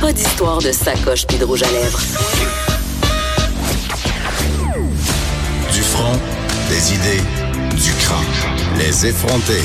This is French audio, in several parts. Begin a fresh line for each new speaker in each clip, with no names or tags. Pas d'histoire de sacoche puis de rouge à lèvres.
Du front, des idées, du crâne. Les effronter.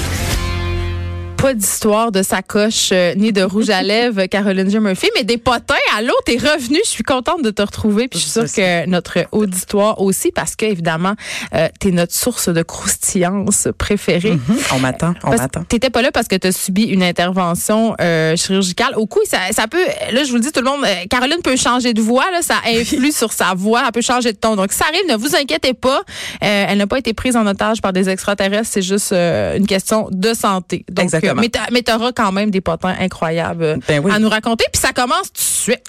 Pas d'histoire de sacoche euh, ni de rouge à lèvres, Caroline J. Murphy, mais des potins. Allô, t'es revenue. Je suis contente de te retrouver. Puis je suis sûre que notre auditoire aussi, parce que évidemment, euh, t'es notre source de croustillance préférée.
On m'attend, on
Parce-
m'attend.
T'étais pas là parce que t'as subi une intervention euh, chirurgicale. Au coup, ça, ça peut. Là, je vous le dis tout le monde, euh, Caroline peut changer de voix. Là, ça influe sur sa voix. Elle peut changer de ton. Donc, si ça arrive, ne vous inquiétez pas. Euh, elle n'a pas été prise en otage par des extraterrestres. C'est juste euh, une question de santé. Donc,
Exactement.
euh, mais t'a- mais t'auras quand même des potins incroyables euh,
Ben oui.
à nous raconter. Puis ça commence tout de suite.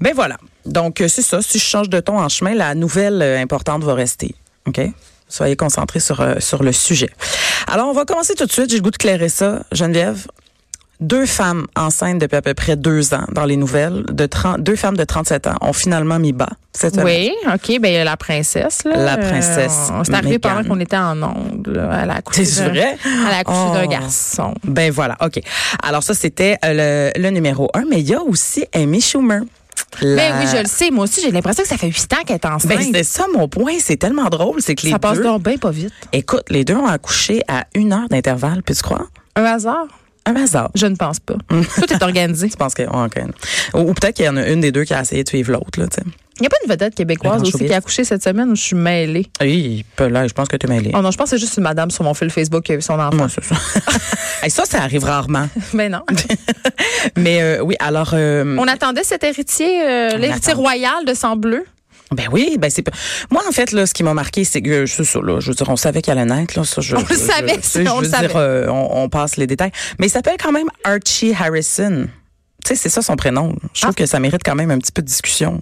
Ben voilà. Donc, euh, c'est ça. Si je change de ton en chemin, la nouvelle euh, importante va rester. OK? Soyez concentrés sur, euh, sur le sujet. Alors, on va commencer tout de suite. J'ai le goût de clairer ça. Geneviève, deux femmes enceintes depuis à peu près deux ans dans les nouvelles, de 30 deux femmes de 37 ans ont finalement mis bas cette semaine.
Oui, OK. Ben, il y a la princesse. Là,
La princesse
Euh, on- C'est arrivé
Meghan.
pendant qu'on était en onde. là. Elle a accouché.
C'est
d'un-
vrai?
Elle a accouché d'un
Oh.
garçon.
Ben voilà, OK. Alors, ça, c'était euh, le, le numéro un, mais il y a aussi Amy Schumer.
Ben
La-
oui, je le sais. Moi aussi, j'ai l'impression que ça fait huit ans qu'elle est enceinte.
Ben, c'est ça mon point, c'est tellement drôle, c'est que les
ça passe
deux,
donc bien pas vite.
écoute, les deux ont accouché à une heure d'intervalle, puis tu crois?
Un hasard?
Un hasard.
Je ne pense pas.
Mm.
Tout est organisé.
Je pense que, ouais, ok. Ou, ou peut-être qu'il y en a une des deux qui a essayé de suivre l'autre, là, tu sais.
Il n'y a pas une vedette québécoise
Le grand
aussi qui a
showbiz.
accouché cette semaine où je suis mêlée.
Oui, peu là, je pense que tu mêlé.
Oh non, je pense que c'est juste une madame sur mon fil Facebook qui a eu son enfant.
Moi, c'est ça. Hey, ça, ça arrive rarement.
Mais non.
Mais euh, oui, alors, euh,
On attendait cet héritier, euh, l'héritier
attend.
royal de sang bleu.
ben oui, ben c'est. pas- Moi, en fait, là, ce qui m'a marqué, c'est que je suis ça, là. Je veux dire, on savait qu'elle allait naître, là. Ça, je,
On le
je- je-
savait,
tu sais,
ça, on
je veux
le savait.
dire, euh, on, on passe les détails. Mais il s'appelle quand même Archie Harrison. Tu sais, c'est ça son prénom. Je trouve
Ah.
que ça mérite quand même un petit peu de discussion.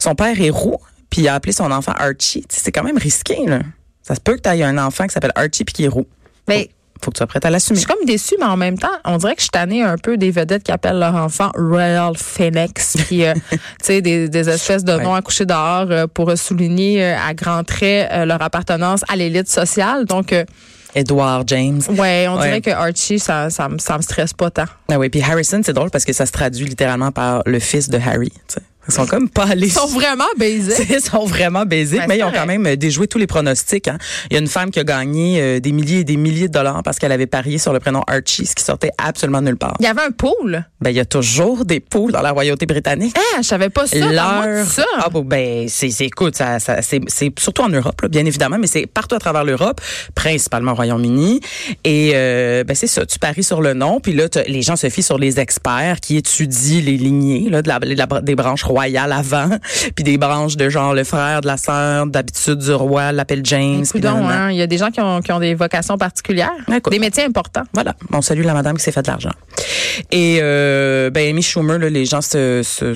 Son père est roux, puis il a appelé son enfant Archie. Tu sais, c'est quand même risqué, là. Ça se peut que tu aies un enfant qui s'appelle Archie puis qui est roux.
Ben,
Faut que tu sois prête à
je
l'assumer.
suis comme déçue, mais en même temps, on dirait que je suis tannée un peu des vedettes qui appellent leur enfant Royal Phoenix, puis euh, tu sais des, des espèces de noms accouchés dehors euh, pour souligner euh, à grands traits euh, leur appartenance à l'élite sociale. Donc euh,
Edward James.
Ouais, on
Ouais.
dirait que Archie, ça, ça, me- ça me stresse pas tant.
Ah oui, puis Harrison, c'est drôle parce que ça se traduit littéralement par le fils de Harry. tu sais. Ils sont comme pas allés.
Ils sont vraiment baisés.
Ils sont vraiment basiques,
Ouais,
mais ils
c'est
ont quand
vrai.
même euh, déjoué tous les pronostics. hein. Il y a une femme qui a gagné euh, des milliers et des milliers de dollars parce qu'elle avait parié sur le prénom Archie, ce qui sortait absolument nulle part.
Il y avait un pool.
Ben, il y a toujours des poules dans la royauté britannique.
Hein, je savais pas ça. L'heure.
L'heure.
Ça.
Ah, bon, ben, c'est, c'est- écoute, ça, ça- c'est, c'est surtout en Europe, là, bien évidemment, mais c'est partout à travers l'Europe, principalement au Royaume-Uni. Et, euh, ben, c'est ça. Tu paries sur le nom, puis là, t'as- les gens se fient sur les experts qui étudient les lignées, là, de la- de la- des branches royales avant, puis des branches de genre le frère, de la sœur, d'habitude du roi, l'appel James. puis
Coudon,
nanana.
hein, il y a des gens qui ont, qui ont des vocations particulières,
Écoute.
des métiers importants.
Voilà, on salue la madame qui s'est fait de l'argent. Et euh, ben Amy Schumer, là, les gens se, se,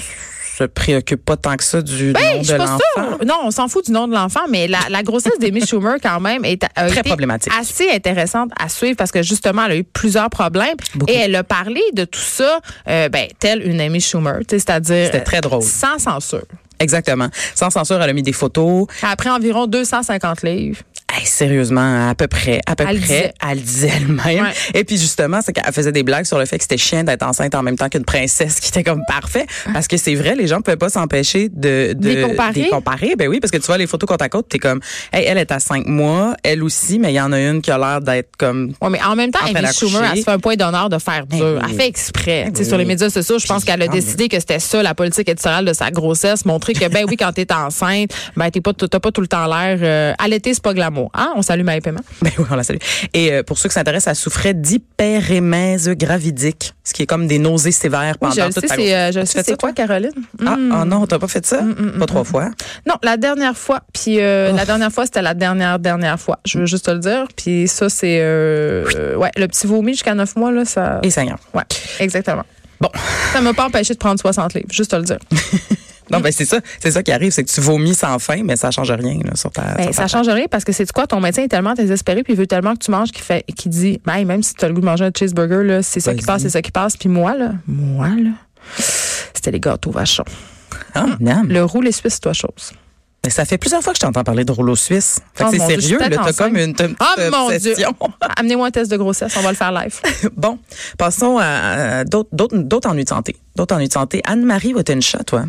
se préoccupent pas tant que ça du
Ben,
nom
je
de
suis pas
l'enfant.
sûre. Non, on s'en fout du nom de l'enfant, mais la, la grossesse d'Amy Schumer, quand même, est a
Très
été
problématique.
assez intéressante à suivre parce que, justement, elle a eu plusieurs problèmes.
Beaucoup.
Et elle a parlé de tout ça, euh, ben, telle une Amy Schumer, tu sais, c'est-à-dire. euh,
C'était très drôle.
Sans censure.
Exactement. Sans censure, elle a mis des photos.
Après environ 250 livres.
Hey, sérieusement, à peu près, à peu
Elle le disait.
près, elle le disait elle-même.
Ouais.
Et puis justement, c'est qu'elle faisait des blagues sur le fait que c'était chiant d'être enceinte en même temps qu'une princesse, qui était comme parfait, parce que c'est vrai, les gens ne pouvaient pas s'empêcher de, de
Des comparer.
des comparer. Ben oui, parce que tu vois les photos côte à côte, t'es comme, hey, elle est à cinq mois, elle aussi, mais il y en a une qui a l'air d'être comme
Oui, mais en même temps,
En train
Amy
d'accoucher.
Schumer, elle se fait un point d'honneur de faire dur.
Ben oui. Ben
Elle fait exprès. Tu sais,
oui.
Sur les médias sociaux, je pense
Puis,
qu'elle a
tant mieux.
décidé que c'était ça, la politique éditoriale de sa grossesse. Montrer que, ben oui, quand t'es enceinte, ben t'es pas, tout- t'as pas tout le temps l'air. Euh, allaiter, c'est pas glamour. Hein? On salue Maï Paiement.
Ben oui, on la salue. Et euh, pour ceux qui s'intéressent, elle souffrait d'hyperémèse gravidique, ce qui est comme des nausées sévères
Oui,
pendant
je le
toute
sais,
ta
c'est, hmm. euh,
grossesse.
je le
Tu
sais,
fais
c'est
ça,
quoi,
toi?
Caroline?
Ah, oh non, t'as pas fait ça?
hmm,
pas trois fois?
Non, la dernière fois, puis euh,
Oh.
la dernière fois, c'était la dernière, dernière fois. Je veux juste te le dire. Puis ça, c'est. euh, euh, ouais, le petit vomi jusqu'à 9 mois, là, ça.
Et Seigneur.
Ouais, exactement.
Bon.
Ça m'a pas empêché de prendre 60 livres, juste te le dire.
Non, ben c'est ça. C'est ça qui arrive, c'est que tu vomis sans fin, mais ça change rien là, sur ta.
Ben,
sur
ça
ta-
change rien parce que c'est quoi ton médecin est tellement désespéré puis il veut tellement que tu manges qu'il fait qu'il dit ben, même si tu as le goût de manger un cheeseburger là c'est ça qui
Vas-y.
passe c'est ça qui passe puis moi là moi là c'était les gâteaux vachons
Ah, non.
le roux les suisses toi chose
Mais ça fait plusieurs fois que je t'entends parler de rouleau suisse. Fait que
Oh,
c'est
mon Dieu, je suis
sérieux, là,
peut-être
t'as
enceinte.
comme une, t'as une
Ah,
petite
mon Dieu.
obsession.
Amenez-moi un test de grossesse, on va le faire live.
bon, passons à, à d'autres- d'autres d'autres ennuis de santé. D'autres ennuis de santé. Anne-Marie Wottencha, toi,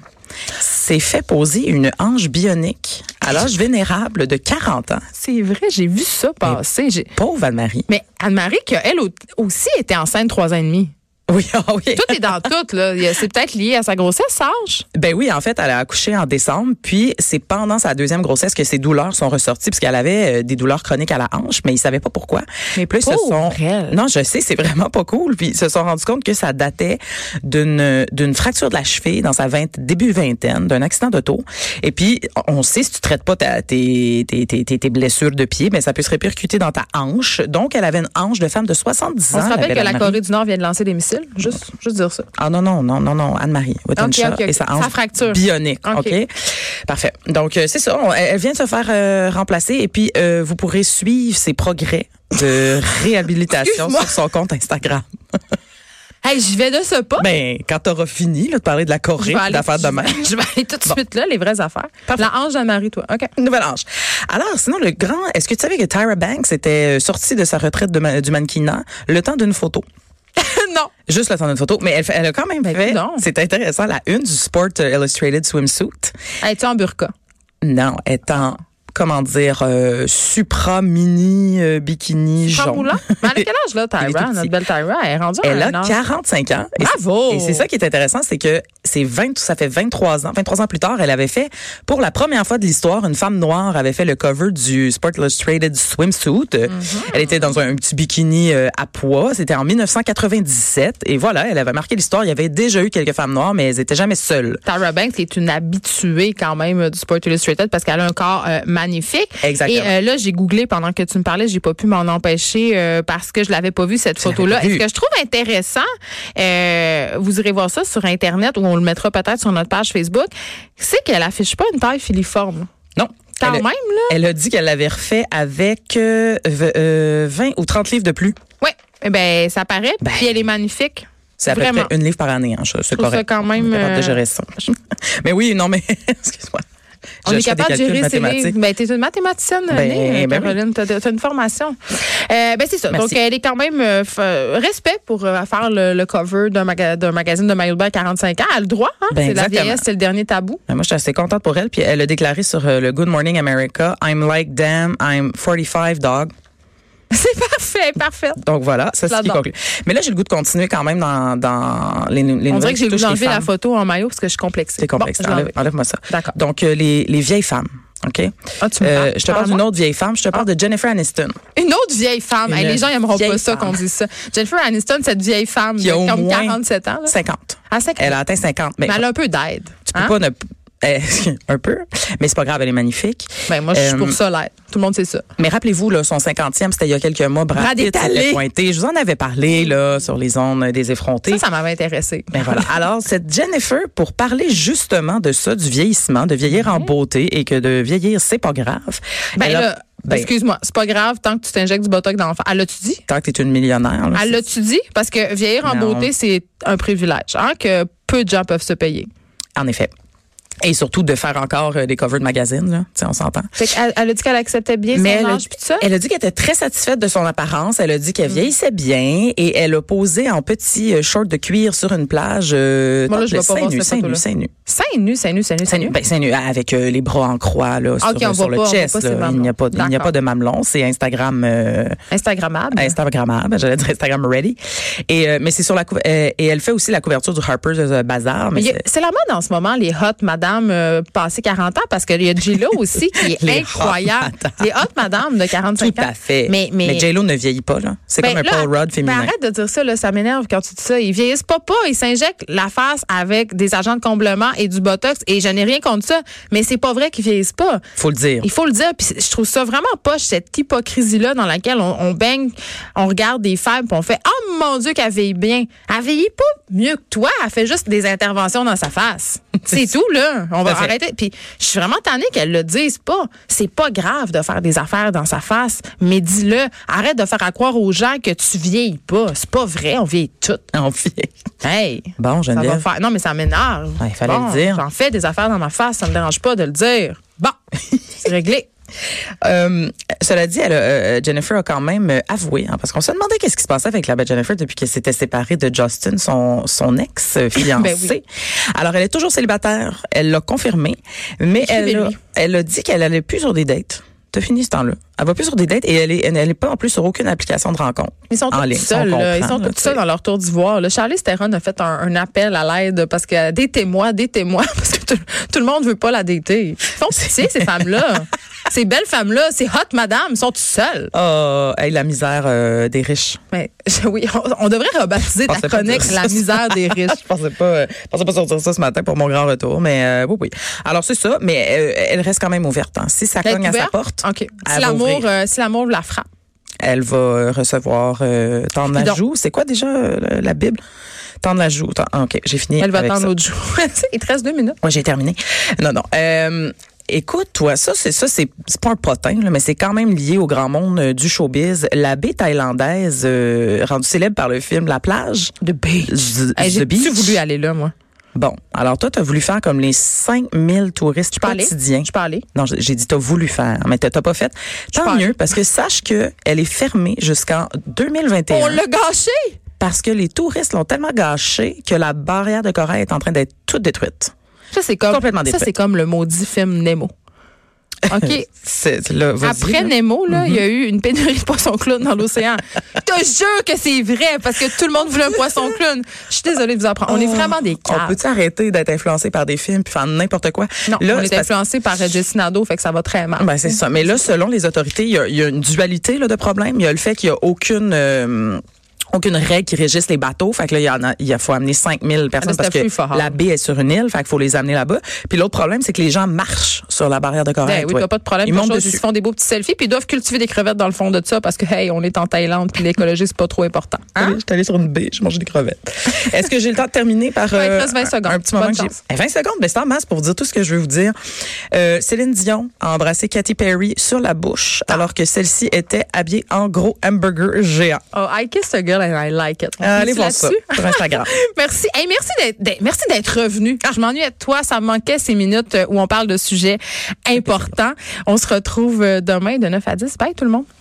s'est fait poser une hanche bionique à l'âge vénérable de 40 ans.
C'est vrai, j'ai vu ça passer. J'ai-
Pauvre Anne-Marie.
Mais Anne-Marie, qui a, elle au- aussi était enceinte trois ans et demi.
Oui, ah oui.
Tout est dans tout, là. Il y a- C'est peut-être lié à sa grossesse, Sage.
Ben oui, en fait, elle a accouché en décembre, puis c'est pendant sa deuxième grossesse que ses douleurs sont ressorties, parce qu'elle avait euh, des douleurs chroniques à la hanche, mais ils savaient pas pourquoi.
Mais
Puis là, ils
pauvre elle.
Non, je sais, c'est vraiment pas cool. Puis ils se sont rendus compte que ça datait d'une d'une fracture de la cheville dans sa vingt, début vingtaine, d'un accident d'auto. Et puis, on sait, si tu traites pas ta- tes, tes, tes, tes- tes blessures de pied, ben ça peut se répercuter dans ta hanche. Donc, elle avait une hanche de femme de 70 ans.
On se rappelle que
belle
Ah, la
Anne-Marie.
Corée du Nord vient de lancer des missiles. Juste, juste dire ça.
Ah non, non, non, non, non, Anne-Marie. Wittenshaw
Ok, ok, ok.
Et sa
Sa
hanche
fracture.
Bionique,
Ok.
OK. Parfait. Donc, euh, c'est ça. on- elle elle vient de se faire euh, remplacer et puis euh, vous pourrez suivre ses progrès de réhabilitation
Excuse-moi.
sur son compte Instagram.
Hey, j'y vais de ce pas.
Ben, quand t'auras fini là, de parler de la
je
Corée,
vais aller
d'affaires
je
de
vais-
même.
Je vais aller tout de suite là, les vraies affaires.
Parfait.
La hanche Anne-Marie, toi. OK.
Nouvelle hanche. Alors, sinon, le grand, est-ce que tu savais que Tyra Banks était euh, sortie de sa retraite de ma- du mannequinat le temps d'une photo?
non.
Juste le temps d'une photo, mais elle, fait- elle a quand même fait,
non.
c'est intéressant, la une du Sport euh, Illustrated Swimsuit.
Elle était en burqa.
Non, étant comment dire euh, supra mini euh, bikini
Jean
jaune.
Moulin. Mais elle a quel âge, là,
Il est tout
Tyra?
petit.
Notre belle Tyra, elle est rendue à
Elle a
un âge.
45 ans. Et c'est-
Bravo!
Et c'est ça qui est intéressant, c'est que c'est 20, ça fait 23 ans, 23 ans plus tard, elle avait fait, pour la première fois de l'histoire, une femme noire avait fait le cover du Sport Illustrated Swimsuit. Euh, Elle était dans un, un petit bikini euh, à poids. C'était en 1997. Et voilà, elle avait marqué l'histoire. Il y avait déjà eu quelques femmes noires, mais elles étaient jamais seules.
Tara Banks est une habituée quand même euh, du Sport Illustrated parce qu'elle a un corps euh, magnifique.
Exactement.
Et euh, là, j'ai googlé pendant que tu me parlais, j'ai pas pu m'en empêcher euh, parce que je l'avais pas vu cette
l'avais
photo-là.
pas
Et
vue.
ce que je trouve intéressant, euh, vous irez voir ça sur Internet ou on le mettra peut-être sur notre page Facebook, c'est qu'elle affiche pas une taille filiforme.
Non.
Quand
Elle
même,
a-
là.
Elle a dit qu'elle l'avait refait avec euh, v- euh, 20 ou 30 livres de plus.
Oui, eh ben ça paraît. Puis elle est magnifique.
C'est à peu
Vraiment.
près une livre par année, hein, je- c'est
trouve ça
correct.
quand même,
On est capable de
euh,
gérer ça. mais oui, non, mais excuse-moi.
On
Je-
est
je fais des
capable de
calculs
gérer ses
mathématiques.
livres. Ben, t'es une mathématicienne,
Ben,
née, euh,
ben oui.
Caroline. T'as- T'as une formation. Euh, ben, c'est ça.
Merci.
Donc, elle est quand même euh, f- euh, respect pour euh, faire le, le cover d'un maga- d'un magazine de maillot de bain à 45 ans. Elle a le droit, hein?
Ben,
c'est la
exactement.
vieillesse, c'est le dernier tabou.
Ben, Moi, je suis assez contente pour elle. Puis elle a déclaré sur euh, le Good Morning America, I'm like damn, I'm 45 dog.
C'est parfait, parfait.
Donc voilà, ça c'est ce qui
J'adore.
conclut. Mais là, j'ai le goût de continuer quand même dans, dans les, nou- les
On dirait que
nouvelles qui
j'ai voulu
touchent les
enlever la
femmes.
photo en maillot parce que je suis complexée.
C'est complexe.
Bon, je
Enlève-
l'enlève.
Enlève-moi ça.
D'accord.
Donc, euh, les, les vieilles femmes. OK?
Ah, tu me
Euh,
parles. Ah.
je te parle d'une
Parle-moi.
autre vieille femme. Je te parle de Jennifer Aniston.
Une autre vieille femme.
Une
Hey, les gens n'aimeront pas
vieille
ça qu'on
femme.
dise ça. Jennifer Aniston, cette vieille femme
qui
de
a au
comme
moins
47 ans. là.
50.
À 50.
Elle a atteint 50. Mais,
Mais elle a un peu d'aide.
tu
hein?
peux pas ne eh, un peu, mais c'est pas grave, elle est magnifique.
Ben, moi, je suis
Euh,
pour ça, l'aide. Tout le monde sait ça.
Mais rappelez-vous, là, son 50e, c'était il y a quelques mois. Brad,
Brad
Pitt
est allé.
s'était pointé. Je vous en avais parlé, là, sur les ondes des effrontés.
Ça, ça m'avait intéressé.
Ben voilà. Alors, cette Jennifer, pour parler justement de ça, du vieillissement, de vieillir en beauté et que de vieillir, c'est pas grave.
Mhm. Ben
elle a-
là,
ben,
excuse-moi, c'est pas grave tant que tu t'injectes du botox dans l'enfant. Elle l'a-tu dit?
tant que t'es une millionnaire, là,
Elle
c'est-
l'a-tu dit? Parce que vieillir en
Non.
beauté, c'est un privilège hein, que peu de gens peuvent se payer.
en effet. Et surtout de faire encore euh, des covers de magazines, là. Tu sais, on s'entend.
Fait qu'elle- elle a dit qu'elle acceptait bien
Mais elle,
son
a-
âge puis tout ça. Mm.
elle a dit qu'elle était très satisfaite de son apparence. Elle a dit qu'elle vieillissait bien et elle a posé en petit euh, short de cuir sur une plage. euh,
Moi, là, je
le
vais pas
seins
voir
nu,
cette
seins
photo-là.
nu, seins nu.
Seins nu, seins nu, seins nu, seins nu.
Ben, seins nu, avec euh, les bras en croix là,
Ah, ok,
sur, euh,
on
sur
voit
le
pas- on voit
chest.
pas ces
là.
mamelons.
il n'y a pas, de- il n'y a pas de mamelon. C'est Instagram, euh,
Instagrammable.
Instagrammable. J'allais dire Instagram ready. Et euh, mais c'est sur la couv- euh, et elle fait aussi la couverture du Harper's euh, Bazaar.
Mais
Mais
il y a- c'est la mode en ce moment, les hot madame euh, passées 40 ans, parce qu'il y a J-Lo aussi qui est
Les hot
incroyable. les hot madame de 45
c'est-
ans.
tout à fait.
Mais, mais,
J.Lo ne vieillit pas là. C'est
Ben,
comme un
là,
Paul Rudd féminin.
ben, arrête de dire ça, là, ça m'énerve quand tu dis ça. Ils vieillissent pas pas, ils s'injectent la face avec des agents de comblement et du botox et je n'ai rien contre ça, mais c'est pas vrai qu'ils vieillissent pas.
Faut le dire.
Il faut le dire, puis c'est- je trouve ça vraiment poche cette hypocrisie là dans laquelle on, on baigne, on regarde des femmes, puis on fait "Oh mon dieu qu'elle vieillit bien." Elle vieillit pas mieux que toi, elle fait juste des interventions dans sa face. C'est tout là. quelqu'un. On va
Tout à fait.
arrêter. Puis je suis vraiment tannée qu'elle le dise pas. C'est pas grave de faire des affaires dans sa face, mais dis-le. Arrête de faire à croire aux gens que tu vieillis pas. C'est pas vrai, on vieillit toutes.
En fait.
Hey.
Bon,
Ça va
Geneviève.
faire- Non, mais ça m'énerve.
Ouais, il fallait le dire.
J'en fais des affaires dans ma face, ça me dérange pas de le dire. Bon, c'est réglé.
Euh, cela dit, elle a- euh, Jennifer a quand même euh, avoué, hein, parce qu'on se demandait qu'est-ce qui se passait avec la belle Jennifer depuis qu'elle s'était séparée de Justin, son, son ex-fiancé.
Ben oui.
Alors, elle est toujours célibataire, elle l'a confirmé, mais elle a,
Écrivez-lui.
elle a dit qu'elle allait plus sur des dates. T'as fini ce temps-là. Elle va plus sur des dates et elle est, elle n'est pas en plus sur aucune application de rencontre.
Ils sont
en
tous
ligne.
seuls.
On
là. Ils
comprend,
sont
là,
tous
tu
seuls
sais.
dans leur tour d'ivoire. là. Charlize Theron a fait un, un appel à l'aide parce que des témoins, des témoins, parce que tout, tout le monde veut pas la dater. Ils font pitié, ces femmes-là. Ces belles femmes-là, ces hot madame, sont toutes seules.
Ah, hey, la misère euh, des riches.
Mais oui, on, on devrait rebaptiser ta
pensais pas
chronique
dire ça.
La misère des riches.
je pensais pas, euh, je pensais pas sortir ça ce matin pour mon grand retour, mais euh, oui, oui. Alors c'est ça, mais euh, elle reste quand même ouverte. hein. Si ça
Elle est
cogne à sa
ouverte?
porte,
OK.
elle
Si
va
l'amour,
ouvrir.
euh, si l'amour la frappe.
elle va euh, recevoir euh, tant de
Puis donc-
l'ajout. C'est quoi déjà euh, la Bible? Tant de l'ajout. Tant- ah, Ok, j'ai fini.
Elle va
avec
attendre
ça.
l'autre jour. Tu sais, Il te reste deux minutes.
Ouais, j'ai terminé. Non, non. Euh, Écoute, toi, ça, c'est ça, c'est c'est pas un potin, là, mais c'est quand même lié au grand monde euh, du showbiz. La baie thaïlandaise, euh, rendue célèbre par le film La plage.
De B.
Z-
Hey,
The
J'ai
Beach.
tu voulu aller là, moi.
Bon, alors toi, tu as voulu faire comme les 5000 touristes
peux aller?
quotidiens.
Je peux aller?
Non, j'ai j'ai dit t'as voulu faire, mais t'as t'as pas fait.
peux
Tant
aller.
mieux, parce que sache que elle est fermée jusqu'en 2021.
On l'a gâché!
Parce que les touristes l'ont tellement gâché que la barrière de corail est en train d'être toute détruite.
Ça, c'est comme,
Complètement
ça,
défaite.
c'est comme le maudit film Nemo. OK.
C'est- là, vas-y,
Après
là. Mm-hmm.
Nemo, là, il y a eu une pénurie de poissons clowns dans l'océan. Je te jure que c'est vrai parce que tout le monde voulait un poisson clown. Je suis désolée de vous apprendre. On est vraiment des
Oh, On
cas.
peut-tu arrêter d'être influencé par des films puis faire n'importe quoi?
Non,
Là,
on est
c'est parce-
influencé par Jessie Nadeau, fait que ça va très mal.
Ben, c'est ça. Mais là, selon les autorités, il y a, il y a une dualité là, de problèmes. Il y a le fait qu'il n'y a aucune... euh, aucune règle qui régisse les bateaux. Fait que là, il y en a, il y a- faut amener
Ah,
5000 personnes
mais
parce
c'était
que
plus fort.
la baie est sur une île. Fait qu'il faut les amener là-bas. Puis l'autre problème, c'est que les gens marchent sur la barrière de corail.
Ben oui,
ouais.
t'as pas de problème.
Ils
quelque
montent
chose, Ils se
dessus.
font des beaux petits selfies, puis ils doivent cultiver des crevettes dans le fond de ça parce que, hey, on est en Thaïlande, puis l'écologie, c'est pas trop important. Hein?
J'étais allée sur une baie, je mangeais des crevettes. Est-ce que j'ai le temps de terminer par
Ouais, il te
euh,
reste 20
un-
secondes.
un petit moment
Bonne
que j'ai-
chance.
Eh, 20 secondes, mais c'est en masse pour vous dire tout ce que je veux vous dire. Euh, Céline Dion a embrassé Katy Perry sur la bouche
Ah.
alors que celle-ci était habillée en gros hamburger géant.
Oh, I kiss a girl and I like it. On
Euh, allez
finit
voir ça
là-dessus?
sur Instagram. Ah.
Merci. Hey, merci d'être- d'être merci d'être revenu. Je m'ennuyais de toi, ça me manquait ces minutes euh, où on parle de sujets importants. On se retrouve euh, demain de 9 à 10. Bye tout le monde.